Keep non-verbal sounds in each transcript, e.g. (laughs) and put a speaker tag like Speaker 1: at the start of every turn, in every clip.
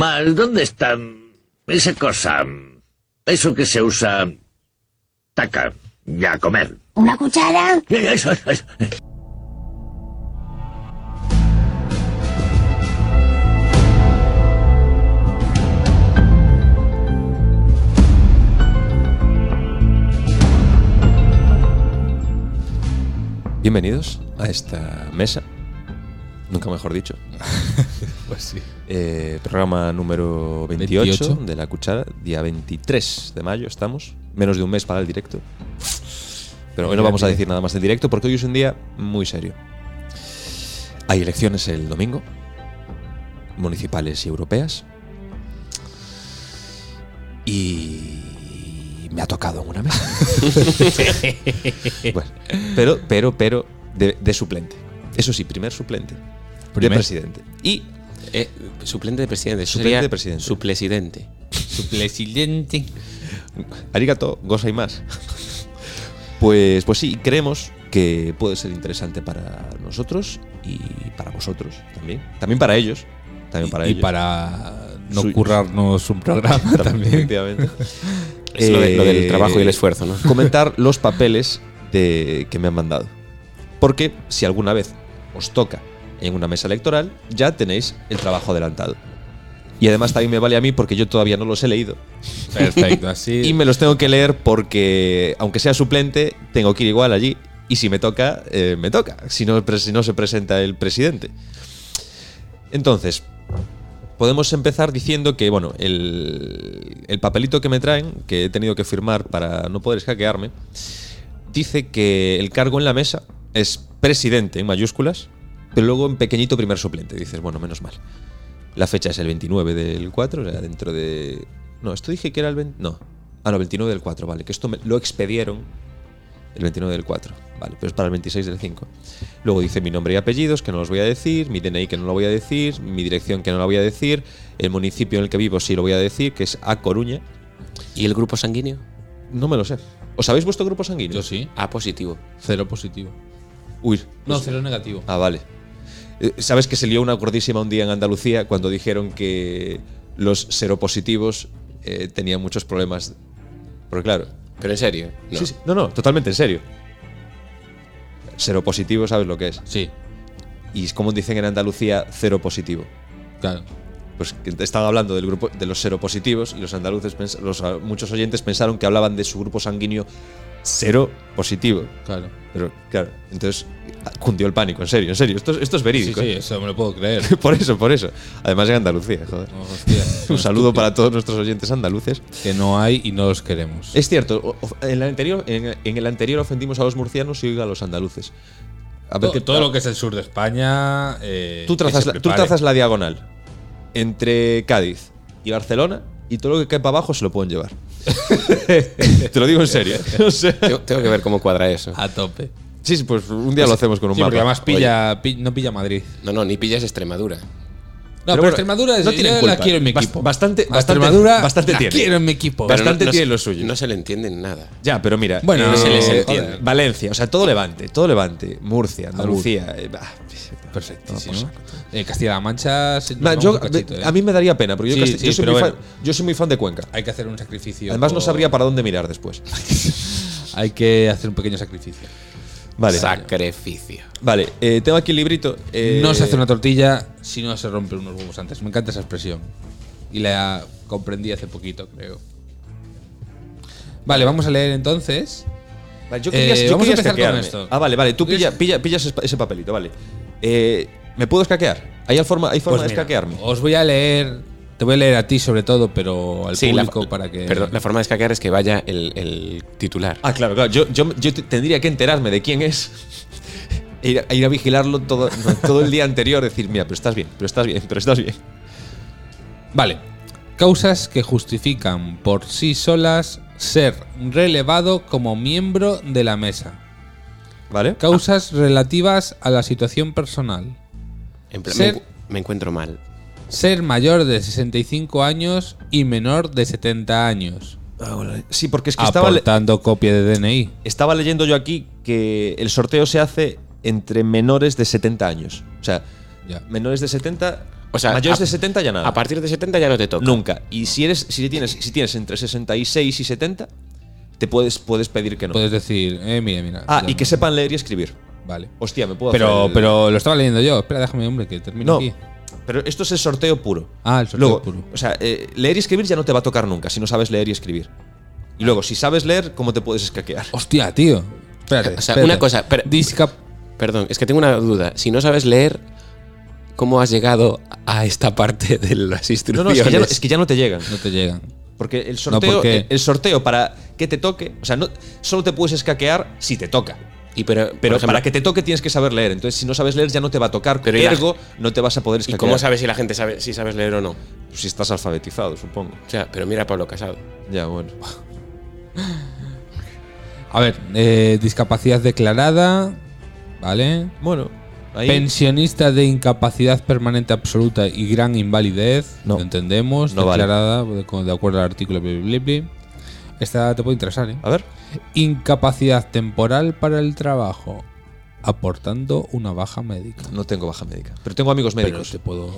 Speaker 1: Mal, ¿dónde está esa cosa? Eso que se usa... Taca, ya comer.
Speaker 2: ¿Una cuchara?
Speaker 1: Eso, eso, eso.
Speaker 3: Bienvenidos a esta mesa, nunca mejor dicho,
Speaker 4: Pues sí.
Speaker 3: Eh, programa número 28,
Speaker 4: 28.
Speaker 3: de La Cuchara, día 23 de mayo estamos, menos de un mes para el directo. Pero hoy no
Speaker 4: Mira,
Speaker 3: vamos a
Speaker 4: tío.
Speaker 3: decir nada más del directo porque hoy es un día muy serio. Hay elecciones el domingo, municipales y europeas. Y me ha tocado en una mesa. Bueno, pero, pero, pero, de, de suplente. Eso sí, primer suplente. De
Speaker 4: Primer.
Speaker 3: presidente. Y
Speaker 5: Eh, suplente de presidente. eso
Speaker 3: Suplente
Speaker 5: sería
Speaker 3: de presidente.
Speaker 5: Suplesidente.
Speaker 4: Su presidente.
Speaker 3: Arigato, goza y más. Pues, pues sí, creemos que puede ser interesante para nosotros y para vosotros también. También para ellos. También Eh, para
Speaker 4: y
Speaker 3: ellos. (laughs)
Speaker 4: para no
Speaker 3: Su-
Speaker 4: currarnos un
Speaker 3: (laughs)
Speaker 4: programa también.
Speaker 3: Efectivamente.
Speaker 5: (laughs) Es lo, de- lo del
Speaker 3: Eh,
Speaker 5: trabajo y el esfuerzo, ¿no?
Speaker 3: Comentar
Speaker 5: (laughs)
Speaker 3: los papeles de, que me han mandado. Porque si alguna vez os toca en una mesa electoral, ya tenéis el trabajo adelantado. Y además también me vale a mí porque yo todavía no los he leído.
Speaker 4: Perfecto, así.
Speaker 3: Y me los tengo que leer porque, aunque sea suplente, tengo que ir igual allí. Y si me toca, eh, me toca. Si no, pre- si no se presenta el presidente. Entonces, podemos empezar diciendo que, bueno, el, el papelito que me traen, que he tenido que firmar para no poder escaquearme, dice que el cargo en la mesa es presidente en mayúsculas, pero luego en pequeñito primer suplente. Dices, bueno, menos mal. La fecha es el 29 del 4, o sea, dentro de... No, esto dije que era el 20... No. Ah, no, 29 del 4, vale. Que esto me- lo expedieron el 29 del 4, vale. Pero es para el 26 del 5. Luego dice mi nombre y apellidos, que no los voy a decir, mi DNI que no lo voy a decir, mi dirección que no la voy a decir, el municipio en el que vivo sí lo voy a decir, que es A Coruña.
Speaker 5: ¿Y el grupo sanguíneo?
Speaker 3: No me lo sé. ¿Os habéis vuestro grupo sanguíneo?
Speaker 4: Yo sí.
Speaker 5: A positivo.
Speaker 4: Cero positivo.
Speaker 3: Uy.
Speaker 4: No,
Speaker 3: pues-
Speaker 4: cero negativo.
Speaker 3: Ah, vale. Eh, ¿Sabes que se lió una gordísima un día en Andalucía cuando dijeron que los seropositivos eh, tenían muchos problemas? Porque claro.
Speaker 5: Pero en serio. No.
Speaker 3: Sí, sí. no, no, totalmente en serio. Seropositivo, ¿sabes lo que es?
Speaker 4: Sí,
Speaker 3: Y como dicen en Andalucía, cero positivo.
Speaker 4: claro.
Speaker 3: Pues que te estaban hablando del grupo de los seropositivos y los andaluces, pens- los, ah, muchos oyentes pensaron que hablaban de su grupo sanguíneo cero positivo.
Speaker 4: Claro.
Speaker 3: Pero claro, entonces ah, cundió el pánico, en serio, en serio. Esto, es- esto es
Speaker 4: Sí,
Speaker 3: verídico.
Speaker 4: sí, eso me lo puedo creer.
Speaker 3: (laughs) Por eso, por eso. Además en Andalucía, joder.
Speaker 4: No, hostia,
Speaker 3: Un saludo para todos nuestros oyentes andaluces.
Speaker 4: Que no hay y no los queremos.
Speaker 3: Es cierto, o- of- en el anterior, en, en el anterior ofendimos a los murcianos y hoy a los andaluces. A
Speaker 4: To-
Speaker 3: qué-
Speaker 4: todo lo que es el sur de España. eh,
Speaker 3: tú
Speaker 4: que
Speaker 3: trazas,
Speaker 4: se
Speaker 3: la, tú
Speaker 4: prepare.
Speaker 3: trazas la diagonal entre Cádiz y Barcelona y todo lo que cae para abajo se lo pueden
Speaker 4: (laughs)
Speaker 3: llevar. (laughs) Te lo digo en serio. ¿eh? O sea,
Speaker 5: Tengo, tengo que ver cómo cuadra eso.
Speaker 4: a tope.
Speaker 3: sí, sí, pues un día lo hacemos con un
Speaker 4: Sí,
Speaker 3: mapa.
Speaker 4: porque además pilla, pi- no pilla Madrid.
Speaker 5: No, no, ni pillas Extremadura.
Speaker 4: No, pero,
Speaker 3: bueno,
Speaker 4: Extremadura es-
Speaker 3: no
Speaker 4: yo
Speaker 3: tienen
Speaker 4: la
Speaker 3: culpa.
Speaker 4: quiero en mi
Speaker 3: Bast-
Speaker 4: equipo.
Speaker 3: bastante-
Speaker 4: A
Speaker 3: bastante-
Speaker 4: Extremadura
Speaker 3: bastante
Speaker 4: la
Speaker 3: tiene.
Speaker 4: quiero en mi equipo.
Speaker 3: Pero Bastante
Speaker 5: no
Speaker 3: tiene
Speaker 5: se-
Speaker 3: lo suyo.
Speaker 5: No se le entiende en nada.
Speaker 3: Ya, pero mira.
Speaker 4: Bueno,
Speaker 5: se les entiende.
Speaker 3: joder, Valencia, o sea, todo Levante, todo Levante. Murcia, Andalucía. eh, bah,
Speaker 4: Perfectísimo. Eh, Castilla-La Mancha. se- nos
Speaker 3: Nah,
Speaker 4: vamos
Speaker 3: yo-
Speaker 4: un cachito, eh.
Speaker 3: a mí me daría pena, porque yo,
Speaker 4: Sí,
Speaker 3: casti-
Speaker 4: sí,
Speaker 3: yo soy
Speaker 4: pero
Speaker 3: muy
Speaker 4: bueno. oh.
Speaker 3: fan, yo soy muy fan de Cuenca.
Speaker 4: Hay que hacer un sacrificio.
Speaker 3: Además, no
Speaker 4: por-
Speaker 3: sabría para dónde mirar después.
Speaker 4: Hay que hacer un pequeño sacrificio.
Speaker 3: Vale.
Speaker 5: Sacrificio.
Speaker 3: Vale, eh, tengo aquí el librito. eh,
Speaker 4: No se hace una tortilla si no se rompen unos huevos antes. Me encanta esa expresión. Y la comprendí hace poquito, creo. Vale, vamos a leer entonces.
Speaker 3: Vale, yo quería,
Speaker 4: Eh,
Speaker 3: yo
Speaker 4: vamos a
Speaker 3: quería
Speaker 4: empezar con
Speaker 3: escaquearme.
Speaker 4: esto.
Speaker 3: Ah, vale, vale. Tú
Speaker 4: ¿Quieres-
Speaker 3: pilla, pilla- pillas espa- ese papelito, vale. Eh, ¿Me puedo escaquear? ¿Hay forma, hay forma
Speaker 4: Pues
Speaker 3: de
Speaker 4: mira,
Speaker 3: escaquearme?
Speaker 4: Os voy a leer. Te voy a leer a ti sobre todo, pero al
Speaker 5: Sí, la-
Speaker 4: público para que.
Speaker 5: Perdón, la forma de escaquear es que vaya el, el titular.
Speaker 3: Ah, claro, claro. Yo, yo, yo te- tendría que enterarme de quién es. (laughs) E ir, a- ir a vigilarlo todo, no, todo el día anterior. Decir, mira, pero estás bien, pero estás bien, pero estás bien.
Speaker 4: Vale. Causas que justifican por sí solas ser relevado como miembro de la mesa.
Speaker 3: ¿Vale?
Speaker 4: Causas relativas a la situación personal.
Speaker 5: En plan,
Speaker 4: ser-
Speaker 5: me, encu- me encuentro mal.
Speaker 4: Ser mayor de 65 años y menor de 70 años.
Speaker 3: Ah, vale. Sí, porque es que estaba, le-
Speaker 4: Aportando copia de DNI.
Speaker 3: estaba leyendo yo aquí que el sorteo se hace entre menores de 70 años. O sea,
Speaker 4: Ya.
Speaker 3: menores de 70
Speaker 5: O sea,
Speaker 3: Mayores
Speaker 5: a-
Speaker 3: de 70 ya nada.
Speaker 5: A partir de 70 ya no te toca.
Speaker 3: Nunca. Y si eres, si tienes, si tienes entre 66 y 70, te puedes, puedes pedir que no.
Speaker 4: Puedes decir, eh, mira, mira.
Speaker 3: ah,
Speaker 4: ya
Speaker 3: y
Speaker 4: no.
Speaker 3: que sepan leer y escribir.
Speaker 4: Vale.
Speaker 3: Hostia, me puedo hacer
Speaker 4: Pero,
Speaker 3: el-
Speaker 4: pero lo estaba leyendo yo. Espera, déjame, hombre, que termino
Speaker 3: No,
Speaker 4: aquí.
Speaker 3: pero esto es el sorteo puro.
Speaker 4: Ah, el sorteo
Speaker 3: Luego,
Speaker 4: puro.
Speaker 3: O sea, eh, leer y escribir ya no te va a tocar nunca si no sabes leer y escribir. Y luego, si sabes leer, ¿cómo te puedes escaquear?
Speaker 4: Hostia, tío. Espérate.
Speaker 5: O sea,
Speaker 4: espérate.
Speaker 5: una cosa, pero-
Speaker 4: Discap-
Speaker 5: Perdón, es que tengo una duda. Si no sabes leer, ¿cómo has llegado a esta parte de las
Speaker 4: Oh,
Speaker 3: No,
Speaker 5: instrucciones?
Speaker 3: no, es que, ya no, es que ya no te llegan.
Speaker 4: No te llegan.
Speaker 3: Porque el sorteo,
Speaker 4: porque-
Speaker 3: el, el sorteo para que te toque, o sea, no, solo te puedes escaquear si te toca.
Speaker 5: Y pero, por
Speaker 3: Pero
Speaker 5: ejemplo,
Speaker 3: para que te toque tienes que saber leer. Entonces, si no sabes leer, ya no te va a tocar.
Speaker 5: Pero
Speaker 3: Pero
Speaker 5: ¿y la-
Speaker 3: ergo, no te vas a poder
Speaker 5: ¿Y
Speaker 3: escaquear.
Speaker 5: cómo sabes si la gente sabe si sabes leer o no?
Speaker 3: Pues si estás alfabetizado, supongo.
Speaker 5: O sea, pero mira a Pablo Casado.
Speaker 3: Ya, bueno.
Speaker 4: A ver, eh, discapacidad declarada. Vale.
Speaker 3: Bueno, ahí.
Speaker 4: Pensionista de incapacidad permanente absoluta y gran invalidez.
Speaker 3: No.
Speaker 4: Lo entendemos.
Speaker 3: No vale.
Speaker 4: declarada de- de acuerdo al artículo. bli, bli, bli. Esta te puede interesar, ¿eh?
Speaker 3: a ver.
Speaker 4: Incapacidad temporal para el trabajo. Aportando una baja médica.
Speaker 3: No tengo baja médica. Pero tengo amigos
Speaker 4: Pero
Speaker 3: médicos.
Speaker 4: te puedo.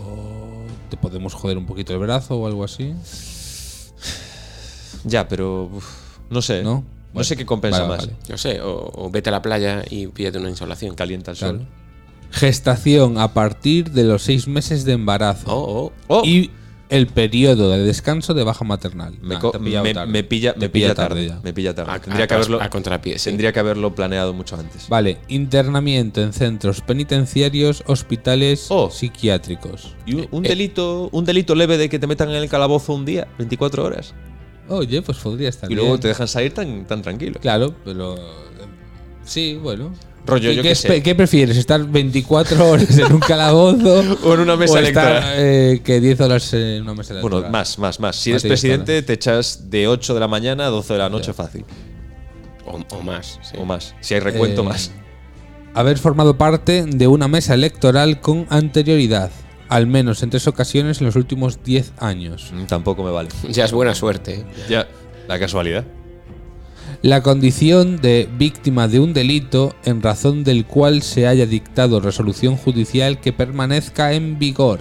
Speaker 4: Te podemos joder un poquito el brazo o algo así.
Speaker 3: Ya, pero. uf, no sé.
Speaker 4: ¿No?
Speaker 3: No,
Speaker 4: Bueno,
Speaker 3: sé qué compensa
Speaker 4: vale,
Speaker 3: más.
Speaker 4: vale.
Speaker 5: No sé, o, o vete a la playa y píllate una insolación.
Speaker 3: Calienta el
Speaker 4: Claro.
Speaker 3: sol.
Speaker 4: Gestación a partir de los seis meses de embarazo.
Speaker 5: Oh, oh.
Speaker 3: Oh,
Speaker 4: Y el periodo de descanso de baja maternal.
Speaker 3: me,
Speaker 4: Nah,
Speaker 3: co-
Speaker 4: te ha pillado
Speaker 3: me-
Speaker 4: tarde.
Speaker 3: me pilla,
Speaker 4: Te
Speaker 3: me
Speaker 4: pilla
Speaker 3: pilla tarde.
Speaker 4: ya.
Speaker 3: Me pilla tarde. Ah,
Speaker 5: A-
Speaker 3: tendría,
Speaker 5: a-
Speaker 3: que haberlo,
Speaker 5: a contrapié, sí.
Speaker 3: tendría que haberlo planeado mucho antes.
Speaker 4: Vale, internamiento en centros penitenciarios, hospitales
Speaker 3: Oh.
Speaker 4: psiquiátricos.
Speaker 3: Y un, un delito, un delito leve de que te metan en el calabozo un día, 24 horas.
Speaker 4: Oye, pues podría estar
Speaker 3: Y luego
Speaker 4: bien.
Speaker 3: te dejan salir tan, tan tranquilo.
Speaker 4: Claro, pero. eh, Sí, bueno.
Speaker 3: Rollo,
Speaker 4: ¿Y
Speaker 3: yo
Speaker 4: qué,
Speaker 3: qué
Speaker 4: espe-
Speaker 3: sé.
Speaker 4: qué prefieres? ¿Estar 24 (laughs) horas en un calabozo?
Speaker 3: O en una mesa
Speaker 4: o estar,
Speaker 3: electoral.
Speaker 4: eh, que 10 horas en una mesa
Speaker 3: Bueno,
Speaker 4: electoral?
Speaker 3: más, más, más. Si
Speaker 4: Ah,
Speaker 3: eres
Speaker 4: tío,
Speaker 3: presidente, te echas de 8 de la mañana a 12 de la noche
Speaker 4: Ya.
Speaker 3: fácil.
Speaker 5: O, o más. sí.
Speaker 3: O más. Si hay recuento,
Speaker 4: Eh,
Speaker 3: más.
Speaker 4: Haber formado parte de una mesa electoral con anterioridad, al menos en tres ocasiones en los últimos 10 años.
Speaker 3: Mm, Tampoco me vale.
Speaker 5: (laughs) Ya es buena suerte. ¿eh?
Speaker 3: Ya, la casualidad.
Speaker 4: La condición de víctima de un delito en razón del cual se haya dictado resolución judicial que permanezca en vigor,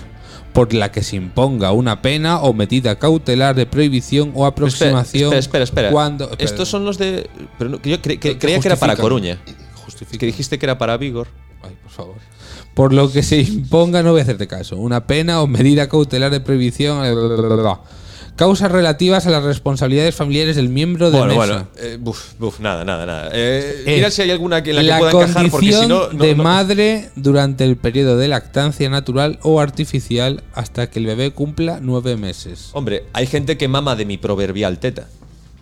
Speaker 4: por la que se imponga una pena o medida cautelar de prohibición o
Speaker 3: Espera,
Speaker 4: aproximación.
Speaker 3: espera, espera. espera.
Speaker 4: Cuando, espera,
Speaker 3: Estos son los de. Pero no- que yo cre- que-
Speaker 4: Te
Speaker 3: creía que era para
Speaker 4: justifican.
Speaker 3: Coruña.
Speaker 4: Justifica.
Speaker 3: Que dijiste que era para Vigor.
Speaker 4: Ay, por favor. Por lo que se imponga, no voy a hacerte caso, una pena o medida cautelar de prohibición. blablabla. Causas relativas a las responsabilidades familiares del miembro de
Speaker 3: Bueno,
Speaker 4: mesa.
Speaker 3: bueno. eh, buf, buf, nada, nada, nada. Eh,
Speaker 4: Eh,
Speaker 3: mira si hay alguna que en la,
Speaker 4: la
Speaker 3: que pueda encajar, porque si
Speaker 4: condición
Speaker 3: no. no-
Speaker 4: de
Speaker 3: no-
Speaker 4: madre durante el periodo de lactancia natural o artificial hasta que el bebé cumpla nueve meses.
Speaker 3: Hombre, hay gente que mama de mi proverbial teta.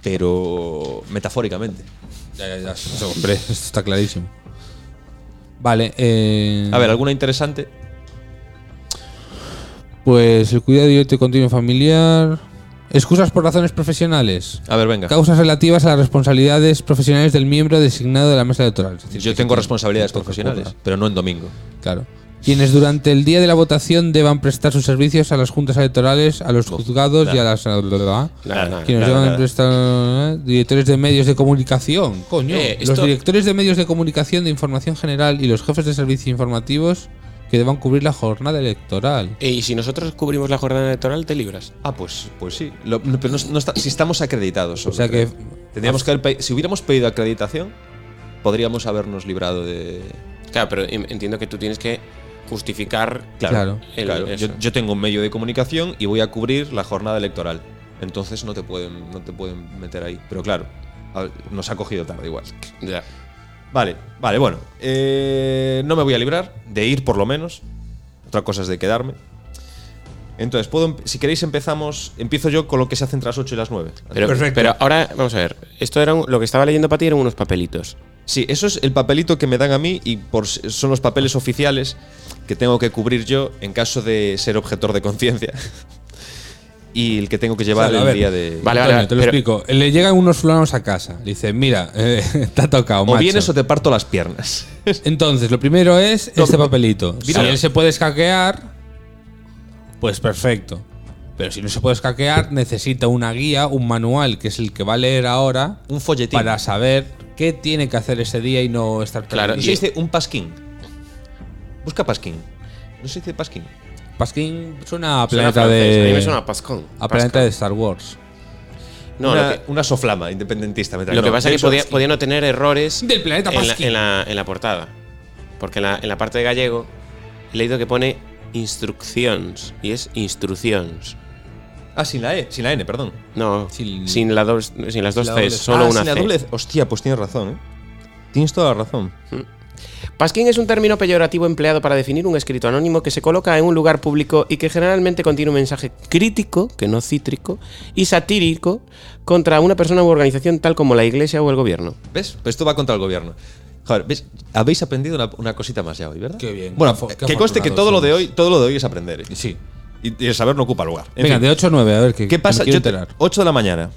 Speaker 3: Pero. metafóricamente.
Speaker 4: Ya, ya, ya, eso,
Speaker 3: (laughs)
Speaker 4: hombre, esto está clarísimo. Vale, eh,
Speaker 3: A ver, ¿alguna interesante?
Speaker 4: pues el cuidado directo y continuo familiar. Excusas por razones profesionales.
Speaker 3: A ver, venga.
Speaker 4: Causas relativas a las responsabilidades profesionales del miembro designado de la mesa electoral. Es decir,
Speaker 3: Yo
Speaker 4: que
Speaker 3: tengo
Speaker 4: se-
Speaker 3: responsabilidades
Speaker 4: se toca
Speaker 3: profesionales,
Speaker 4: curra.
Speaker 3: pero no en domingo.
Speaker 4: Claro. Quienes durante el día de la votación deban prestar sus servicios a las juntas electorales, a los juzgados y a las.
Speaker 5: Nada, nada.
Speaker 4: Quienes
Speaker 3: Nada,
Speaker 4: deban
Speaker 3: nada.
Speaker 4: prestar. eh, Directores de medios de comunicación. Coño.
Speaker 5: Eh,
Speaker 4: Los
Speaker 5: esto-
Speaker 4: directores de medios de comunicación de información general y los jefes de servicios informativos que deban cubrir la jornada electoral.
Speaker 5: Eh, Y si nosotros cubrimos la jornada electoral, te libras.
Speaker 3: Ah, pues, pues sí. Lo- no, pero no- no está- si estamos acreditados. solo,
Speaker 4: O sea que-
Speaker 3: creo. Tendríamos que haber pe- si hubiéramos pedido acreditación, podríamos habernos librado de.
Speaker 5: Claro, pero en- entiendo que tú tienes que justificar.
Speaker 4: Claro.
Speaker 5: el-
Speaker 3: Claro,
Speaker 5: eso.
Speaker 3: yo, yo tengo un medio de comunicación y voy a cubrir la jornada electoral. Entonces no te pueden, no te pueden meter ahí. Pero claro, a- nos ha cogido tarde igual.
Speaker 5: Ya.
Speaker 3: Vale, vale, bueno. Eh, no me voy a librar de ir por lo menos. Otra cosa es de quedarme. Entonces, puedo, em- si queréis empezamos, empiezo yo con lo que se hace entre las 8 y las 9.
Speaker 5: Pero,
Speaker 4: Perfecto.
Speaker 5: pero ahora, vamos a ver. Esto era un- lo que estaba leyendo para ti eran unos papelitos.
Speaker 3: Sí, eso es el papelito que me dan a mí y por, son los papeles oficiales que tengo que cubrir yo en caso de ser objetor de conciencia. (laughs) y el que tengo que llevar
Speaker 4: Vale, a
Speaker 3: el
Speaker 4: ver.
Speaker 3: día de...
Speaker 5: Vale, vale,
Speaker 4: Antonio, te lo
Speaker 5: pero-
Speaker 4: explico. Le llegan unos fulanos a casa. Le dicen, mira, (laughs) eh, te ha tocado,
Speaker 3: O
Speaker 4: macho".
Speaker 3: vienes o te parto las piernas. (laughs)
Speaker 4: Entonces, lo primero es este papelito. Si
Speaker 3: Mira.
Speaker 4: él se puede escaquear, pues perfecto. Pero si no se puede escaquear, necesita una guía, un manual, que es el que va a leer ahora,
Speaker 3: Un folletín.
Speaker 4: para saber qué tiene que hacer ese día y no estar
Speaker 3: No
Speaker 5: Claro,
Speaker 4: perdido.
Speaker 3: se dice un pasquín. Busca pasquín. No se dice pasquín.
Speaker 4: Pasquín suena a
Speaker 5: Suena
Speaker 4: planeta
Speaker 5: francés,
Speaker 4: de.
Speaker 5: A mí me suena a Pascón.
Speaker 4: a planeta de Star Wars.
Speaker 5: No,
Speaker 3: una,
Speaker 5: lo que,
Speaker 3: una soflama independentista. me trae.
Speaker 5: lo que
Speaker 3: No,
Speaker 5: pasa es
Speaker 3: Nelson
Speaker 5: que podía, podía no tener errores
Speaker 4: Del planeta
Speaker 5: en la,
Speaker 4: Pasquín.
Speaker 5: en la- en la portada. Porque en la, en la parte de gallego he leído que pone instrucciones y es instrucciones.
Speaker 3: Ah, sin la E, sin la N, perdón.
Speaker 5: No,
Speaker 4: Sin-
Speaker 5: sin, la dos- sin las dos
Speaker 3: La
Speaker 5: Cs,
Speaker 3: doble-
Speaker 5: solo
Speaker 3: Ah,
Speaker 5: una
Speaker 3: sin la
Speaker 5: C.
Speaker 3: doble C. Hostia, pues tienes razón, ¿eh? Tienes toda la razón.
Speaker 5: Pasquín es un término peyorativo empleado para definir un escrito anónimo que se coloca en un lugar público y que generalmente contiene un mensaje crítico, que no cítrico, y satírico contra una persona u organización tal como la iglesia o el gobierno.
Speaker 3: ¿Ves? Pues esto va contra el gobierno. Joder, ¿ves? Habéis aprendido una, una cosita más ya hoy, ¿verdad?
Speaker 4: Qué bien.
Speaker 3: Bueno,
Speaker 4: Qué afo- qué
Speaker 3: que conste que todo lo, de hoy, todo lo de hoy es aprender. ¿eh?
Speaker 4: Sí.
Speaker 3: Y, y el saber no ocupa lugar. En
Speaker 4: Venga,
Speaker 3: fin.
Speaker 4: de 8 a 9, a ver qué,
Speaker 3: ¿Qué pasa?
Speaker 4: Me quiero
Speaker 3: Yo te-
Speaker 4: enterar. (laughs)
Speaker 3: 8 de la mañana.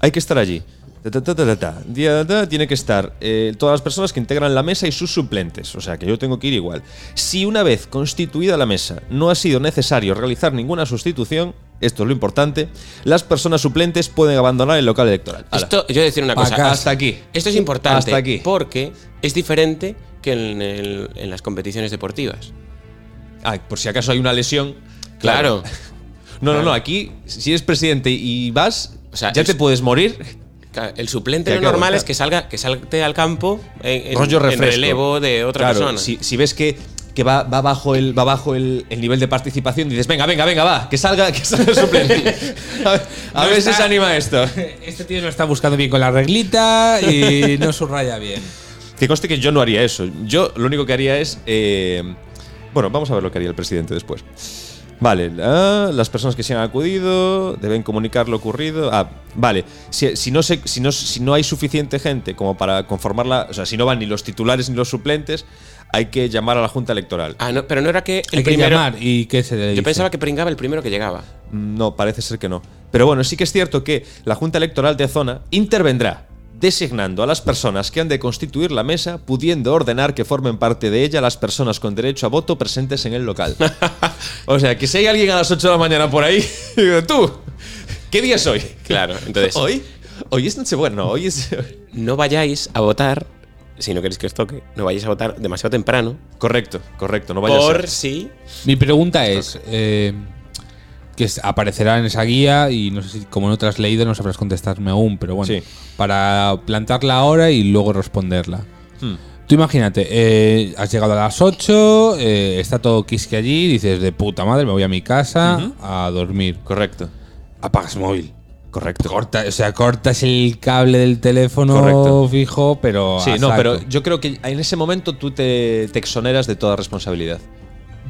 Speaker 3: Hay que estar allí. Ta, ta, ta, ta, ta, ta. Día, ta, ta, tiene que estar eh, todas las personas que integran la mesa y sus suplentes. O sea que yo tengo que ir igual. Si una vez constituida la mesa no ha sido necesario realizar ninguna sustitución, esto es lo importante, las personas suplentes pueden abandonar el local electoral. Ala.
Speaker 5: Esto, yo voy a decir una
Speaker 4: Pa'
Speaker 5: cosa.
Speaker 4: acá.
Speaker 3: hasta aquí.
Speaker 5: Esto es importante
Speaker 3: Hasta aquí.
Speaker 5: porque es diferente que en, el- en las competiciones deportivas.
Speaker 3: Ah, por si acaso hay una lesión.
Speaker 5: Claro.
Speaker 3: No, no, no. Aquí, si eres presidente y vas,
Speaker 5: O sea,
Speaker 3: ya
Speaker 5: es-
Speaker 3: te puedes morir.
Speaker 5: Claro, El suplente
Speaker 3: Que
Speaker 5: lo
Speaker 3: acabo,
Speaker 5: normal
Speaker 3: claro.
Speaker 5: es que salga, que salte al campo en, en-
Speaker 3: rollo
Speaker 5: en
Speaker 3: refresco.
Speaker 5: relevo de otra
Speaker 3: Claro,
Speaker 5: persona.
Speaker 3: Si, si ves que, que va, va bajo, el, va bajo el, el nivel de participación, dices, venga, venga, venga, va, que salga, (laughs) que salga el suplente. A, ver- a
Speaker 4: No
Speaker 3: ver
Speaker 4: está-
Speaker 3: si se anima esto.
Speaker 4: Este tío no está buscando bien con la reglita y no subraya bien.
Speaker 3: Que conste que yo no haría eso. Yo lo único que haría es. eh, bueno, vamos a ver lo que haría el presidente después. Vale, ah, las personas que se han acudido deben comunicar lo ocurrido. Ah, vale, si, si no se, si, no, si no hay suficiente gente como para conformarla, o sea, si no van ni los titulares ni los suplentes, hay que llamar a la Junta Electoral.
Speaker 5: Ah, no, pero no era que el
Speaker 4: Hay que
Speaker 5: primero.
Speaker 4: llamar y qué se le
Speaker 5: Yo
Speaker 4: dice.
Speaker 5: pensaba que pringaba el primero que llegaba.
Speaker 3: No, parece ser que no. Pero bueno, sí que es cierto que la Junta Electoral de Zona intervendrá designando a las personas que han de constituir la mesa, pudiendo ordenar que formen parte de ella las personas con derecho a voto presentes en el
Speaker 5: (laughs)
Speaker 3: local. o sea, que si hay alguien a las 8 de la mañana por ahí, (laughs) digo, tú, ¿qué día es hoy?
Speaker 5: Claro,
Speaker 3: (laughs)
Speaker 5: entonces-
Speaker 3: ¿Hoy? Hoy es Nochebuena, hoy es... (laughs)
Speaker 5: No vayáis a votar, si no queréis que os toque, no vayáis a votar demasiado temprano.
Speaker 3: correcto, correcto, no vaya a
Speaker 5: Por
Speaker 3: ser.
Speaker 5: si.
Speaker 4: Mi pregunta es. eh, que es- aparecerá en esa guía y no sé si, como no te la has leído, no sabrás contestarme aún, pero bueno.
Speaker 3: Sí.
Speaker 4: Para plantarla ahora y luego responderla.
Speaker 3: Hmm,
Speaker 4: Tú imagínate, eh, has llegado a las 8, eh, está todo quisque allí, dices de puta madre, me voy a mi casa a dormir.
Speaker 3: Correcto,
Speaker 4: Apagas móvil.
Speaker 3: correcto.
Speaker 4: Corta, o sea, cortas el cable del teléfono
Speaker 3: Correcto.
Speaker 4: fijo, pero.
Speaker 3: Sí,
Speaker 4: a
Speaker 3: no,
Speaker 4: saco.
Speaker 3: pero yo creo que en ese momento tú te, te exoneras de toda responsabilidad.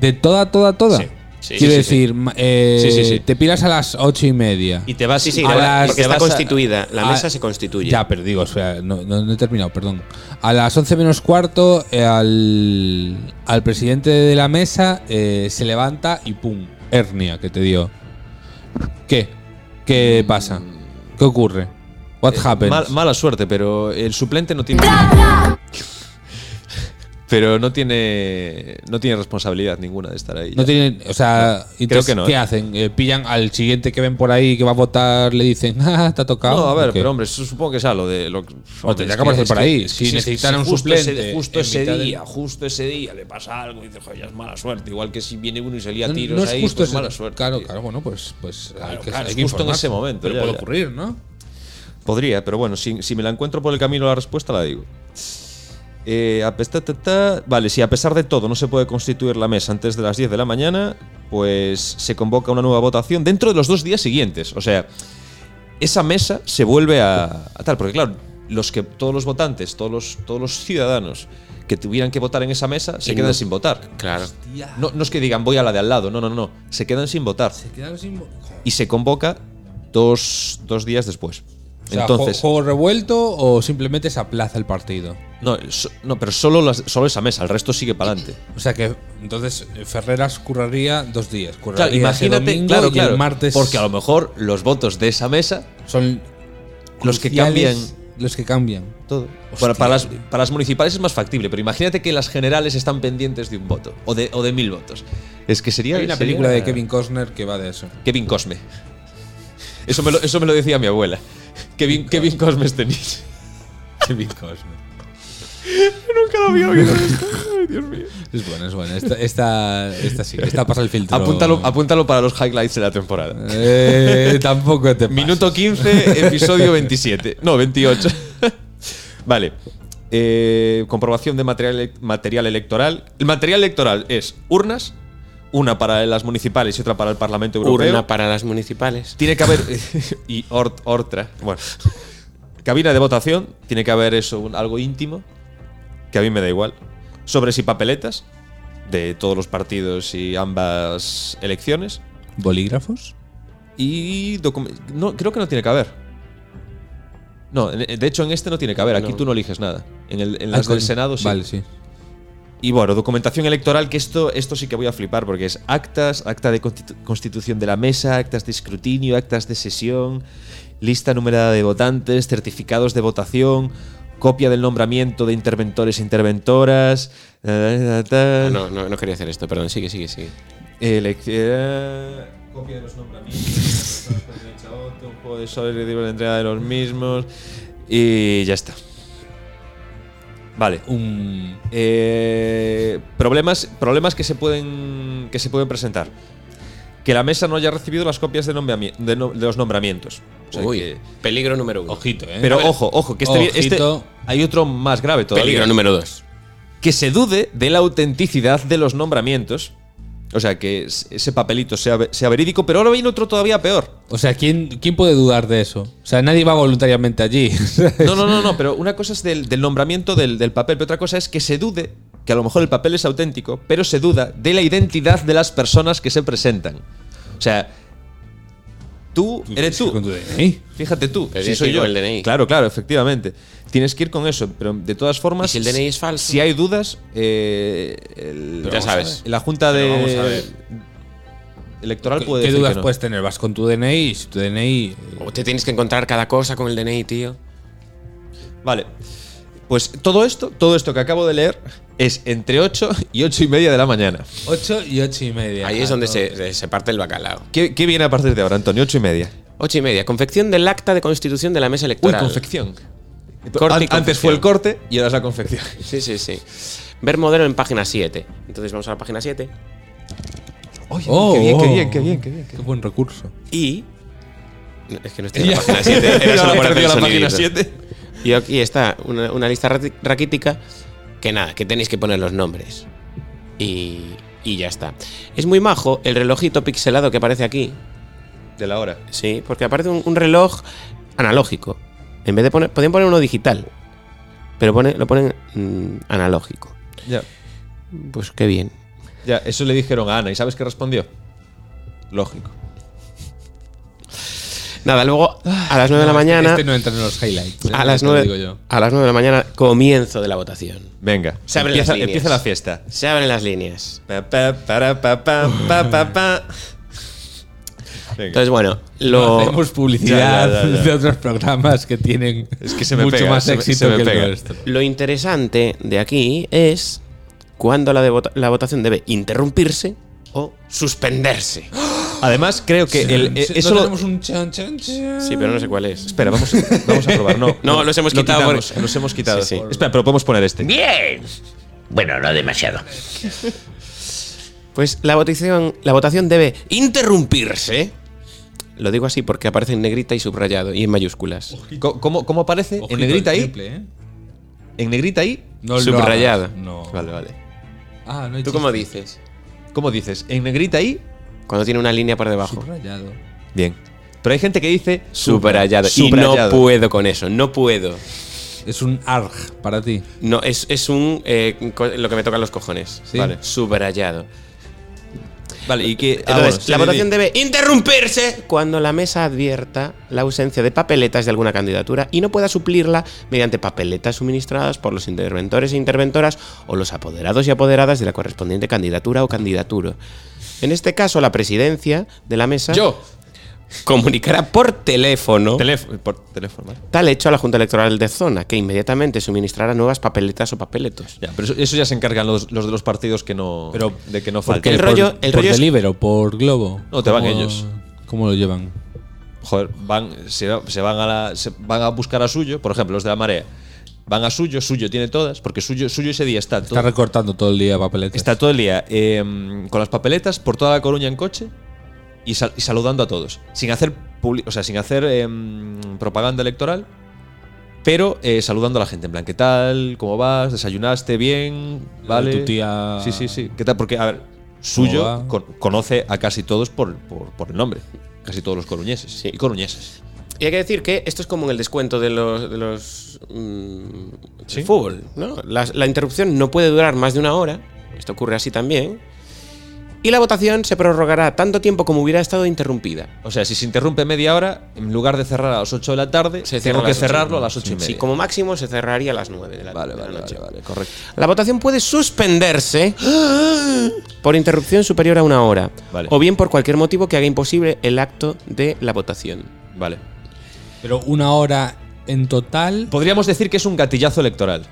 Speaker 4: De toda, toda, toda.
Speaker 3: Sí.
Speaker 5: Sí,
Speaker 4: Quiero
Speaker 5: sí, sí,
Speaker 4: decir, ma- eh,
Speaker 3: Sí, sí, sí.
Speaker 4: te piras a las ocho y media.
Speaker 3: Y te vas
Speaker 5: Sí, sí,
Speaker 3: a
Speaker 5: porque
Speaker 4: las-
Speaker 5: porque
Speaker 3: te
Speaker 5: está
Speaker 3: vas a-
Speaker 5: constituida. la
Speaker 3: Ah,
Speaker 4: a-
Speaker 5: mesa se constituye.
Speaker 4: Ya, pero digo, o sea, no, no- no he terminado, perdón. A las 11 menos cuarto, eh, al, al presidente de la mesa eh, se levanta y pum, hernia que te dio. ¿Qué? ¿Qué pasa? ¿Qué ocurre? What happens?
Speaker 3: Mm. Eh, Mal- mala suerte, pero el suplente no tiene. pero no tiene. No tiene responsabilidad ninguna de estar ahí.
Speaker 4: No
Speaker 3: ya.
Speaker 4: tienen, o sea, entonces,
Speaker 3: que no,
Speaker 4: ¿qué
Speaker 3: ¿eh?
Speaker 4: hacen? Eh, pillan al siguiente que ven por ahí que va a votar, le dicen, (laughs) ah, te ha tocado.
Speaker 3: No, a ver,
Speaker 4: ¿o qué?
Speaker 3: pero hombre, eso supongo que sea lo de. Lo,
Speaker 4: O tendría que aparecer por ahí. Si necesitaran un
Speaker 3: justo ese-
Speaker 4: suplente
Speaker 3: justo
Speaker 4: en
Speaker 3: ese
Speaker 4: mitad del-
Speaker 3: día, justo ese día le pasa algo y dices, joder, ya es mala suerte. Igual que si viene uno y se lía
Speaker 4: No-
Speaker 3: a tiros
Speaker 4: no es
Speaker 3: ahí,
Speaker 4: justo
Speaker 3: pues
Speaker 4: ese-
Speaker 3: mala suerte.
Speaker 4: Claro,
Speaker 3: tío.
Speaker 4: claro, bueno, pues, pues hay
Speaker 3: Claro,
Speaker 4: que,
Speaker 3: claro,
Speaker 4: hay
Speaker 3: es
Speaker 4: que
Speaker 3: justo en
Speaker 4: informarse.
Speaker 3: ese momento,
Speaker 4: Pero
Speaker 3: ya,
Speaker 4: puede
Speaker 3: ya.
Speaker 4: ocurrir, ¿no?
Speaker 3: Podría, pero bueno, si, si me la encuentro por el camino la respuesta la digo. Eh, a pesta- ta- ta- vale, si a pesar de todo no se puede constituir la mesa antes de las 10 de la mañana, pues se convoca una nueva votación dentro de los dos días siguientes. O sea, esa mesa se vuelve a, a tal, porque claro, los que, todos los votantes, todos los, todos los ciudadanos que tuvieran que votar en esa mesa se
Speaker 5: Y
Speaker 3: quedan
Speaker 5: no-
Speaker 3: sin votar.
Speaker 5: Claro.
Speaker 3: No, no es que digan voy a la de al lado, no, no, no, se quedan sin votar
Speaker 4: Se quedaron sin.
Speaker 3: y se convoca dos, dos días después. Entonces,
Speaker 4: ¿Juego revuelto o simplemente se aplaza el partido?
Speaker 3: No, so- no, pero solo, las- solo esa mesa, el resto sigue para adelante.
Speaker 4: O sea que entonces eh, Ferreras curraría dos días. Curraría
Speaker 3: Claro,
Speaker 4: ese
Speaker 3: imagínate,
Speaker 4: domingo y
Speaker 3: claro,
Speaker 4: el
Speaker 3: claro,
Speaker 4: martes
Speaker 3: porque a lo mejor los votos de esa mesa,
Speaker 4: son
Speaker 3: los que
Speaker 4: cruciales,
Speaker 3: cambian
Speaker 4: Los que cambian.
Speaker 3: todo. Bueno, para, las, para las municipales es más factible, pero imagínate que las generales están pendientes de un voto o de, o de mil votos. Es que sería
Speaker 4: Hay una
Speaker 3: sería-
Speaker 4: película de Kevin Costner que va de
Speaker 3: (laughs)
Speaker 4: eso.
Speaker 3: Kevin Cosme. Eso me lo, eso me lo decía mi abuela. Kevin, Kevin Cosme es tenis.
Speaker 4: (laughs) Kevin Costner.
Speaker 3: (laughs) Nunca lo había oído.
Speaker 5: Dios mío.
Speaker 4: Es bueno, es bueno. Esta, esta, esta sí, esta pasa el filtro.
Speaker 3: Apúntalo, apúntalo para los highlights de la temporada. (laughs)
Speaker 4: Eh, tampoco te pases.
Speaker 3: Minuto 15, episodio 27. No, 28. (laughs) vale. Eh, comprobación de material, elec- material electoral. El material electoral es urnas, una para las municipales y otra para el Parlamento Europeo.
Speaker 5: Urna para las municipales.
Speaker 3: Tiene que haber. (laughs) y ort- ortra. Bueno. Cabina de votación. Tiene que haber eso, un- algo íntimo. Que a mí me da igual. Sobres y papeletas. De todos los partidos y ambas elecciones.
Speaker 4: ¿Bolígrafos?
Speaker 3: Y. docu- No, creo que no tiene que haber. No, en- de hecho en este no tiene que haber. Aquí
Speaker 5: No.
Speaker 3: tú no eliges nada. En, el, en
Speaker 4: Ah,
Speaker 3: las
Speaker 4: coño.
Speaker 3: del Senado sí.
Speaker 4: Vale, sí.
Speaker 3: Y bueno, documentación electoral, que esto, esto sí que voy a flipar, porque es actas, acta de constitu- constitución de la mesa, actas de escrutinio, actas de sesión, lista numerada de votantes, certificados de votación, copia del nombramiento de interventores e interventoras. eh, ta, ta, ta,
Speaker 5: Ah, no, no, no quería hacer esto, perdón. Sigue, sigue, sigue.
Speaker 3: Elec- eh, Copia de los nombramientos, de las personas con derecho a voto, un juego de sobre de la entrega de los mismos. Y ya está. Vale.
Speaker 4: Un.
Speaker 3: Eh, problemas, problemas que se pueden que se pueden presentar. Que la mesa no haya recibido las copias de, nombrami- de no- de los nombramientos. O sea
Speaker 5: Uy, eh,
Speaker 3: que-
Speaker 5: peligro número uno.
Speaker 4: Ojito, ¿eh?
Speaker 3: pero ojo, ojo, que este, este-
Speaker 4: Ojito.
Speaker 3: hay otro más grave todavía.
Speaker 5: peligro número dos.
Speaker 3: Que se dude de la autenticidad de los nombramientos. O sea, que es- ese papelito sea, ve- sea verídico, pero ahora viene otro todavía peor.
Speaker 4: O sea, ¿quién, ¿quién puede dudar de eso? O sea, nadie va voluntariamente allí.
Speaker 3: No, no, no, no, pero una cosa es del, del nombramiento del, del papel, pero otra cosa es que se dude, que a lo mejor el papel es auténtico, pero se duda de la identidad de las personas que se presentan. O sea, tú (laughs) eres
Speaker 4: Con
Speaker 3: tú.
Speaker 4: tu DNI.
Speaker 3: Fíjate tú,
Speaker 5: Pero
Speaker 3: si
Speaker 5: tienes que
Speaker 3: soy
Speaker 5: ir
Speaker 3: yo.
Speaker 5: con el DNI.
Speaker 3: Claro, claro, efectivamente. Tienes que ir con eso, pero de todas formas.
Speaker 5: ¿Y si el DNI es falso?
Speaker 3: Si hay dudas, eh, el-
Speaker 5: Pero Ya vamos a sabes.
Speaker 3: La junta
Speaker 4: Pero vamos a
Speaker 3: de.
Speaker 4: ver.
Speaker 3: Electoral puede
Speaker 4: ¿Qué
Speaker 3: decir
Speaker 4: dudas
Speaker 3: que no.
Speaker 4: puedes tener? Vas con tu DNI y si tu DNI.
Speaker 5: O te tienes que encontrar cada cosa con el DNI, tío.
Speaker 3: Vale. Pues todo esto, todo esto que acabo de leer es entre 8 y 8 y media de la mañana.
Speaker 4: 8 y 8 y media. Ah,
Speaker 5: Ahí es donde se, se parte el bacalao.
Speaker 3: ¿Qué, qué viene a partir de ahora, Antonio? 8 y media.
Speaker 5: Ocho y media. Confección del acta de constitución de la mesa
Speaker 3: Uy,
Speaker 5: electoral.
Speaker 3: confección.
Speaker 5: Corte
Speaker 3: An-
Speaker 5: y
Speaker 3: Antes
Speaker 5: confección.
Speaker 3: fue el corte y ahora es la confección.
Speaker 5: Sí, sí, sí. Ver modelo en página 7. Entonces vamos a la página 7.
Speaker 3: Oye,
Speaker 4: Oh,
Speaker 3: qué, bien, qué
Speaker 4: oh.
Speaker 3: bien, qué bien, qué (laughs) bien, qué
Speaker 4: Qué buen recurso.
Speaker 5: Y. No, Es que no estoy en la
Speaker 4: Ya.
Speaker 5: página (laughs) 7.
Speaker 3: bien.
Speaker 5: Era
Speaker 3: Ya
Speaker 5: solo
Speaker 3: me
Speaker 5: por hacer
Speaker 3: perdió
Speaker 5: el
Speaker 3: la
Speaker 5: sonidito.
Speaker 3: página 7.
Speaker 5: Y aquí está una, una lista rati- raquítica que nada, que tenéis que poner los nombres. Y, y ya está. Es muy majo el relojito pixelado que aparece aquí.
Speaker 3: De la hora.
Speaker 5: Sí, porque aparece un, un reloj analógico. En vez de poner. Podrían poner uno digital. Pero pone, lo ponen mm, analógico.
Speaker 3: Ya,
Speaker 5: Pues qué bien.
Speaker 3: ya, eso le dijeron a Ana. ¿Y sabes qué respondió? Lógico.
Speaker 5: Nada, luego a las
Speaker 3: Ah,
Speaker 5: 9 de la mañana.
Speaker 4: Este no entra en los highlights. ¿eh?
Speaker 5: a, las
Speaker 4: Te lo
Speaker 5: 9,
Speaker 4: digo yo.
Speaker 5: a las 9 de la mañana, comienzo de la votación.
Speaker 3: Venga,
Speaker 5: Se abren
Speaker 3: empieza,
Speaker 5: las líneas.
Speaker 3: empieza la fiesta.
Speaker 5: Se abren las líneas.
Speaker 3: Pa, pa, para, pa, pa, pa, pa, pa. Venga.
Speaker 5: Entonces, bueno,
Speaker 4: No
Speaker 5: lo.
Speaker 4: hacemos publicidad
Speaker 3: Ya, ya, ya, ya.
Speaker 4: de otros programas que tienen
Speaker 3: Es que se me
Speaker 4: mucho
Speaker 3: pega,
Speaker 4: más
Speaker 3: se me-
Speaker 4: éxito
Speaker 3: se me
Speaker 4: que
Speaker 3: pega.
Speaker 4: el nuestro.
Speaker 5: Lo interesante de aquí es cuando la, de vota- la votación debe interrumpirse o suspenderse.
Speaker 3: Además, creo que el, eh, eso
Speaker 4: no
Speaker 3: lo-
Speaker 4: tenemos un chan, chan, chan.
Speaker 5: (gasps) Sí, pero no sé cuál es.
Speaker 3: Espera, vamos, vamos a probar. No,
Speaker 5: No, los hemos
Speaker 3: lo
Speaker 5: quitado por-
Speaker 3: quitamos, Los hemos quitado.
Speaker 5: Sí, sí.
Speaker 3: Espera, pero podemos poner este.
Speaker 1: Bien. Bueno, no demasiado.
Speaker 5: Pues la votación, la votación debe interrumpirse. Lo digo así porque aparece en negrita y subrayado y en mayúsculas.
Speaker 3: Co- ¿Cómo, cómo aparece?
Speaker 4: Ojito,
Speaker 3: en negrita
Speaker 4: el
Speaker 3: ahí.
Speaker 4: triple, ¿eh?
Speaker 3: En negrita ahí.
Speaker 4: No lo
Speaker 5: Subrayado.
Speaker 4: hagas, No.
Speaker 3: Vale, vale.
Speaker 4: Ah, no hay
Speaker 5: ¿Tú cómo
Speaker 4: chiste.
Speaker 5: dices?
Speaker 3: ¿Cómo dices? En negrita ahí.
Speaker 5: Cuando tiene una línea por debajo.
Speaker 4: Subrayado.
Speaker 3: Bien. Pero hay gente que dice.
Speaker 5: Subrayado. Y no
Speaker 3: Subrayado.
Speaker 5: puedo con eso, no puedo.
Speaker 4: Es un ARG para ti.
Speaker 5: No, es, es un. eh, co- lo que me tocan los cojones.
Speaker 4: Sí.
Speaker 5: Vale. Subrayado.
Speaker 3: Vale, y que. ah,
Speaker 5: Entonces,
Speaker 3: bueno,
Speaker 5: la
Speaker 3: sí,
Speaker 5: votación
Speaker 3: sí.
Speaker 5: debe interrumpirse cuando la mesa advierta la ausencia de papeletas de alguna candidatura y no pueda suplirla mediante papeletas suministradas por los interventores e interventoras o los apoderados y apoderadas de la correspondiente candidatura o candidaturo. En este caso, la presidencia de la mesa
Speaker 4: Yo.
Speaker 5: comunicará por teléfono
Speaker 3: Teléfono. Por teléfono, vale.
Speaker 5: tal hecho a la Junta Electoral de Zona, que inmediatamente suministrará nuevas papeletas o papeletos.
Speaker 3: Ya, pero eso, eso ya se encargan los, los de los partidos que no.
Speaker 4: Pero,
Speaker 3: de que no
Speaker 4: ¿Por qué?
Speaker 5: el
Speaker 3: falten.
Speaker 4: ¿Por-
Speaker 5: rollo- el
Speaker 4: ¿Por
Speaker 5: rollo es-
Speaker 4: Deliveroo? ¿Por Globo?
Speaker 3: No, te van
Speaker 4: ¿Cómo-
Speaker 3: ellos.
Speaker 4: ¿Cómo lo llevan?
Speaker 3: Joder, van, se, se van, a la- se van a buscar a suyo. Por ejemplo, los de la marea. van a suyo, suyo tiene todas, porque suyo, suyo ese día está todo,
Speaker 4: Está recortando todo el día papeletas.
Speaker 3: está todo el día eh, con las papeletas por toda la Coruña en coche y, sal- y saludando a todos, sin hacer, publi- o sea, sin hacer eh, propaganda electoral, pero eh, saludando a la gente, en plan, ¿qué tal? ¿Cómo vas? ¿Desayunaste bien? ¿Vale?
Speaker 4: Tu tía-
Speaker 3: Sí, sí, sí. ¿Qué tal? Porque, a ver, suyo
Speaker 4: va?
Speaker 3: con- conoce a casi todos por, por- por el nombre, casi todos los coruñeses y coruñeses.
Speaker 5: Y hay que decir que esto es como en el descuento de los. De los mm,
Speaker 3: Sí.
Speaker 5: del fútbol, ¿no? La, la interrupción no puede durar más de una hora. Esto ocurre así también. Y la votación se prorrogará tanto tiempo como hubiera estado interrumpida.
Speaker 3: O sea, si se interrumpe media hora, en lugar de cerrar a las 8 de la tarde,
Speaker 5: Se cierra
Speaker 3: tengo
Speaker 5: a
Speaker 3: que
Speaker 5: las ocho,
Speaker 3: cerrarlo
Speaker 5: ¿no?
Speaker 3: a las 8 y media.
Speaker 5: Sí, como máximo se cerraría a las 9 de la,
Speaker 3: Vale,
Speaker 5: de la
Speaker 3: vale,
Speaker 5: noche.
Speaker 3: vale, vale, correcto.
Speaker 5: La votación puede suspenderse por interrupción superior a una hora.
Speaker 3: Vale.
Speaker 5: O bien por cualquier motivo que haga imposible el acto de la votación.
Speaker 3: Vale.
Speaker 4: Pero una hora en total.
Speaker 3: Podríamos decir que es un gatillazo electoral.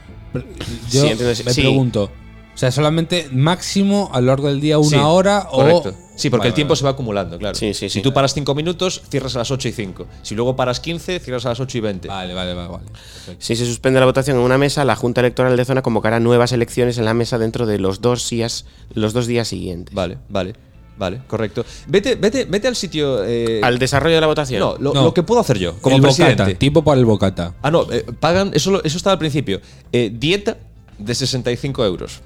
Speaker 4: Yo
Speaker 5: Sí, entonces,
Speaker 4: me
Speaker 5: sí.
Speaker 4: pregunto. O sea, solamente máximo a lo largo del día una
Speaker 3: Sí,
Speaker 4: hora
Speaker 3: Correcto.
Speaker 4: o.
Speaker 3: Sí, porque
Speaker 4: Vale,
Speaker 3: el tiempo
Speaker 4: vale.
Speaker 3: se va acumulando, claro.
Speaker 5: Sí, sí,
Speaker 3: Si
Speaker 5: sí.
Speaker 3: tú paras 5 minutos, cierras a las 8 y 5. Si luego paras 15, cierras a las 8 y 20.
Speaker 4: Vale, vale, vale. vale. Perfecto.
Speaker 5: Si se suspende la votación en una mesa, la Junta Electoral de Zona convocará nuevas elecciones en la mesa dentro de los dos días, los dos días siguientes.
Speaker 3: Vale, vale, vale, correcto. Vete, vete, vete al sitio. eh,
Speaker 5: Al desarrollo de la votación.
Speaker 3: no, lo,
Speaker 4: No.
Speaker 3: lo que puedo hacer yo, como
Speaker 4: el
Speaker 3: presidente.
Speaker 4: bocata, tiempo para el bocata.
Speaker 3: Ah, no, eh, pagan, eso, lo- eso estaba al principio. Eh, dieta de 65 euros.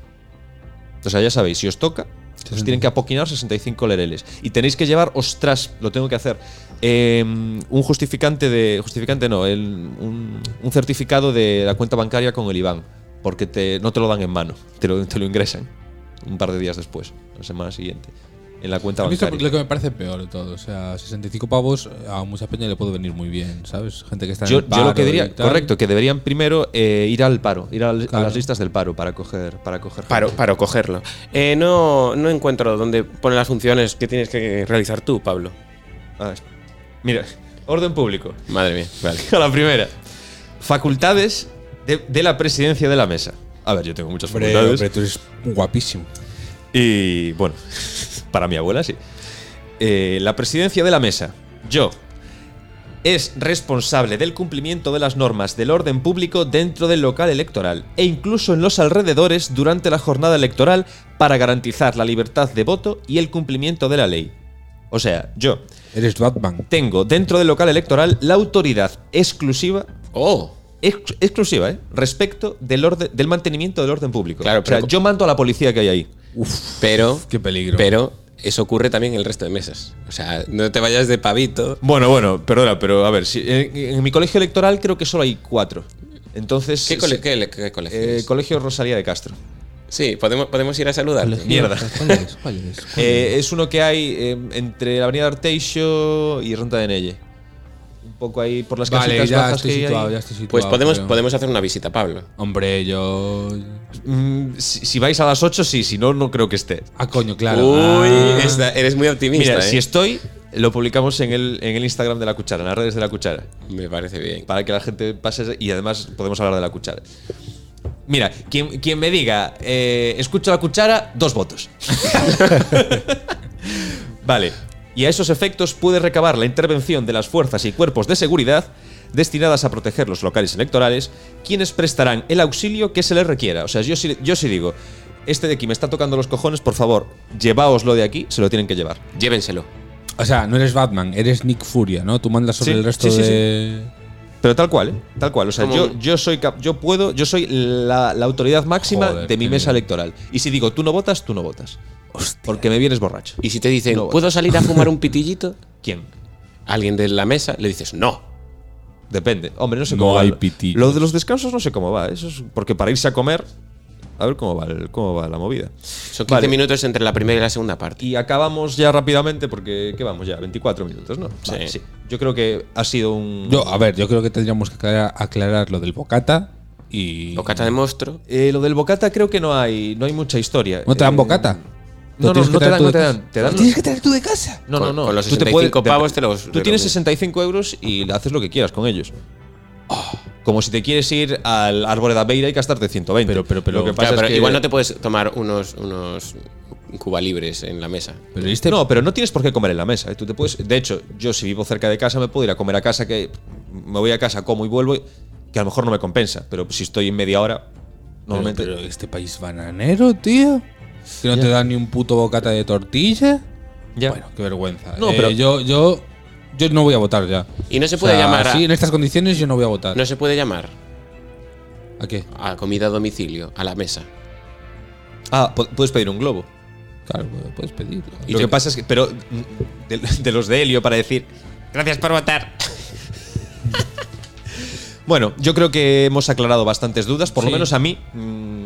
Speaker 3: O sea, ya sabéis, si os toca, os tienen que apoquinar 65 lereles. Y tenéis que llevar, ostras, lo tengo que hacer. eh, un justificante de. Justificante no, el- un, un certificado de la cuenta bancaria con el IBAN. Porque te, no te lo dan en mano, te lo, te lo ingresan un par de días después, la semana siguiente, en la cuenta
Speaker 4: A mí eso
Speaker 3: bancaria.
Speaker 4: es lo que me parece peor de todo. O sea, 65 pavos a mucha peña le puede venir muy bien, ¿sabes? Gente que está en
Speaker 3: Yo,
Speaker 4: el
Speaker 3: yo lo
Speaker 4: paro
Speaker 3: que
Speaker 4: y
Speaker 3: diría,
Speaker 4: tal.
Speaker 3: correcto, que deberían primero eh, ir al paro, ir al- a
Speaker 4: Claro.
Speaker 3: las listas del paro para coger, para coger.
Speaker 5: Paro,
Speaker 3: gente.
Speaker 5: paro, cogerlo. Eh, no, no encuentro dónde ponen las funciones que tienes que realizar tú, Pablo.
Speaker 3: Ah, es- mira, orden público.
Speaker 5: Madre mía, vale.
Speaker 3: (laughs) A la primera. Facultades de, de la presidencia de la mesa. A ver, yo tengo muchas
Speaker 4: Hombre,
Speaker 3: facultades.
Speaker 4: hombre, tú eres guapísimo.
Speaker 3: Y bueno, (laughs) para mi abuela sí. Eh, la presidencia de la mesa, yo, es responsable del cumplimiento de las normas del orden público dentro del local electoral e incluso en los alrededores durante la jornada electoral para garantizar la libertad de voto y el cumplimiento de la ley. O sea, yo
Speaker 4: Eres Batman.
Speaker 3: tengo dentro del local electoral la autoridad exclusiva. ¡Oh! exclusiva, ¿eh? Respecto del, orden, del mantenimiento del orden público.
Speaker 5: Claro,
Speaker 3: o sea,
Speaker 5: pero-
Speaker 3: yo mando a la policía que hay ahí.
Speaker 5: Pero,
Speaker 4: Qué peligro.
Speaker 5: pero eso ocurre también en el resto de mesas. O sea, no te vayas de pavito.
Speaker 3: Bueno, bueno, perdona, pero a ver, si- en, en mi colegio electoral creo que solo hay cuatro. Entonces.
Speaker 5: ¿Qué, cole-
Speaker 3: sí,
Speaker 5: qué le- qué colegio
Speaker 3: eh,
Speaker 5: es?
Speaker 3: colegio Rosalía de Castro.
Speaker 5: sí, podemos, podemos ir a saludar.
Speaker 3: Mierda.
Speaker 4: ¿Cuál es? ¿Cuál es? ¿Cuál
Speaker 3: Eh, es uno que hay eh, entre la avenida Arteixo y Ronda de Nelle. Un poco ahí por las
Speaker 4: es? Vale,
Speaker 3: casitas
Speaker 4: ya
Speaker 3: bajas
Speaker 4: estoy
Speaker 3: que hay
Speaker 4: situado,
Speaker 3: ahí.
Speaker 4: ya estoy situado.
Speaker 5: Pues podemos,
Speaker 4: creo.
Speaker 5: podemos hacer una visita, Pablo.
Speaker 4: Hombre, yo.
Speaker 3: Mm, si, si vais a las 8, sí, si no, no creo que esté.
Speaker 4: Ah, coño, claro.
Speaker 5: Uy,
Speaker 4: Ah.
Speaker 5: esta- eres muy optimista.
Speaker 3: Mira,
Speaker 5: ¿eh?
Speaker 3: si estoy, lo publicamos en el, en el Instagram de la cuchara, en las redes de la cuchara.
Speaker 5: Me parece bien.
Speaker 3: para que la gente pase y además podemos hablar de la cuchara. Mira, quien, quien me diga, eh, escucho la cuchara, dos votos. (laughs) vale, y a esos efectos puede recabar la intervención de las fuerzas y cuerpos de seguridad destinadas a proteger los locales electorales, quienes prestarán el auxilio que se les requiera. O sea, yo sí, yo sí digo, este de aquí me está tocando los cojones, por favor, lleváoslo de aquí, se lo tienen que llevar.
Speaker 5: Llévenselo.
Speaker 4: O sea, no eres Batman, eres Nick Furia, ¿no? Tú mandas sobre
Speaker 3: Sí,
Speaker 4: el resto
Speaker 3: sí, sí, sí.
Speaker 4: de.
Speaker 3: Pero tal cual, ¿eh? Tal cual. O sea,
Speaker 5: Como-
Speaker 3: yo, yo soy cap- yo puedo, yo soy la, la autoridad máxima
Speaker 4: Joder,
Speaker 3: de mi
Speaker 4: qué
Speaker 3: mesa
Speaker 4: bien.
Speaker 3: electoral. Y si digo tú no votas, tú no votas. Porque me vienes borracho.
Speaker 5: Y si te dicen,
Speaker 3: No,
Speaker 5: ¿puedo
Speaker 3: (laughs)
Speaker 5: salir a fumar un pitillito?
Speaker 3: ¿Quién?
Speaker 5: Alguien de la mesa le dices, no.
Speaker 3: Depende. Hombre, no sé
Speaker 4: No
Speaker 3: cómo va.
Speaker 4: hay
Speaker 3: Lo-
Speaker 4: pitillos.
Speaker 3: Lo de los descansos no sé cómo va. ¿eh? Eso es porque para irse a comer. A ver cómo va, el- cómo va la movida.
Speaker 5: Son 15
Speaker 3: Vale.
Speaker 5: minutos entre la primera y la segunda parte.
Speaker 3: Y acabamos ya rápidamente porque, ¿qué vamos ya? 24 minutos, ¿no?
Speaker 5: Sí.
Speaker 3: Vale, Yo creo que ha sido un...
Speaker 4: Yo, a ver, yo creo que tendríamos que aclarar, aclarar lo del bocata y.
Speaker 5: Bocata de monstruo.
Speaker 3: Eh, lo del bocata creo que no hay, no hay mucha historia.
Speaker 4: ¿No te dan
Speaker 3: Eh,
Speaker 4: bocata?
Speaker 3: no, no,
Speaker 4: tienes que
Speaker 3: no te
Speaker 4: traer
Speaker 3: dan, no
Speaker 4: tú de
Speaker 3: te
Speaker 4: casa.
Speaker 3: dan. Te dan-
Speaker 4: Tienes que traer tú de casa.
Speaker 3: No,
Speaker 5: Con-
Speaker 3: no, no.
Speaker 5: con los
Speaker 3: Tú te
Speaker 5: 65 pavos te los- te
Speaker 3: Tú
Speaker 5: los
Speaker 3: tienes
Speaker 5: doy.
Speaker 3: 65 euros y le haces lo que quieras con ellos. Oh. Como si te quieres ir al árbol de la Beira y gastarte 120.
Speaker 4: Pero- pero- pero-
Speaker 3: Lo que
Speaker 4: Claro,
Speaker 3: pasa
Speaker 5: Claro,
Speaker 3: es
Speaker 5: pero
Speaker 3: que-
Speaker 5: igual no te puedes tomar unos, unos cuba libres en la mesa.
Speaker 4: Pero viste.
Speaker 3: No, pero no tienes por qué comer en la mesa. ¿eh? Tú te puedes, de hecho, yo si vivo cerca de casa me puedo ir a comer a casa, que me voy a casa, como y vuelvo. y- que a lo mejor no me compensa, pero si estoy en media hora, normalmente.
Speaker 4: Pero, pero este país bananero, tío. Que no
Speaker 3: Ya.
Speaker 4: te dan ni un puto bocata de tortilla.
Speaker 3: Ya.
Speaker 4: Bueno, qué vergüenza.
Speaker 3: No,
Speaker 4: Eh,
Speaker 3: pero-
Speaker 4: yo, yo, yo no voy a votar ya.
Speaker 5: Y no se puede llamar a-
Speaker 4: Sí, en estas condiciones yo no voy a votar.
Speaker 5: No se puede llamar
Speaker 4: ¿A qué?
Speaker 5: a comida a domicilio, a la mesa.
Speaker 3: Ah, pu- puedes pedir un globo.
Speaker 4: Claro, puedes- puedes pedir.
Speaker 3: Lo que pasa es que. Pero mm, de, de los de Helio para decir.
Speaker 5: Gracias por votar.
Speaker 3: (laughs) Bueno, yo creo que hemos aclarado bastantes dudas, por lo
Speaker 4: Sí.
Speaker 3: menos a mí. mm,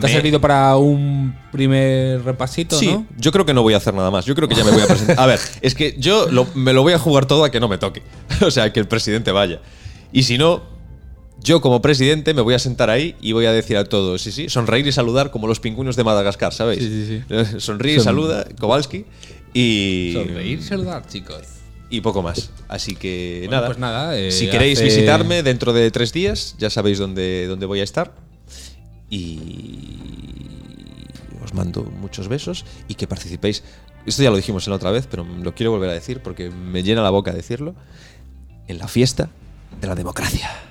Speaker 4: Te ha
Speaker 3: me-
Speaker 4: servido para un primer repasito,
Speaker 3: Sí,
Speaker 4: ¿no?
Speaker 3: yo creo que no voy a hacer nada más. Yo creo que ya me voy a presentar. A ver, es que yo lo- me lo voy a jugar todo a que no me toque. (laughs) O sea, que el presidente vaya. Y si no, yo como presidente me voy a sentar ahí y voy a decir a todos, sí, sí, sonreír y saludar como los pingüinos de Madagascar, ¿sabéis?
Speaker 4: Sí, sí,
Speaker 3: (laughs) sí. Sonríe y
Speaker 4: Son-
Speaker 3: saluda, Kowalski. Y,
Speaker 4: Sonreír, saludar, chicos.
Speaker 3: y poco más. Así que
Speaker 4: Bueno,
Speaker 3: nada.
Speaker 4: pues nada, eh,
Speaker 3: si queréis
Speaker 4: hace-
Speaker 3: visitarme dentro de tres días, ya sabéis dónde, dónde voy a estar. Y os mando muchos besos y que participéis. Esto ya lo dijimos en la otra vez, pero lo quiero volver a decir porque me llena la boca decirlo. En la fiesta de la democracia.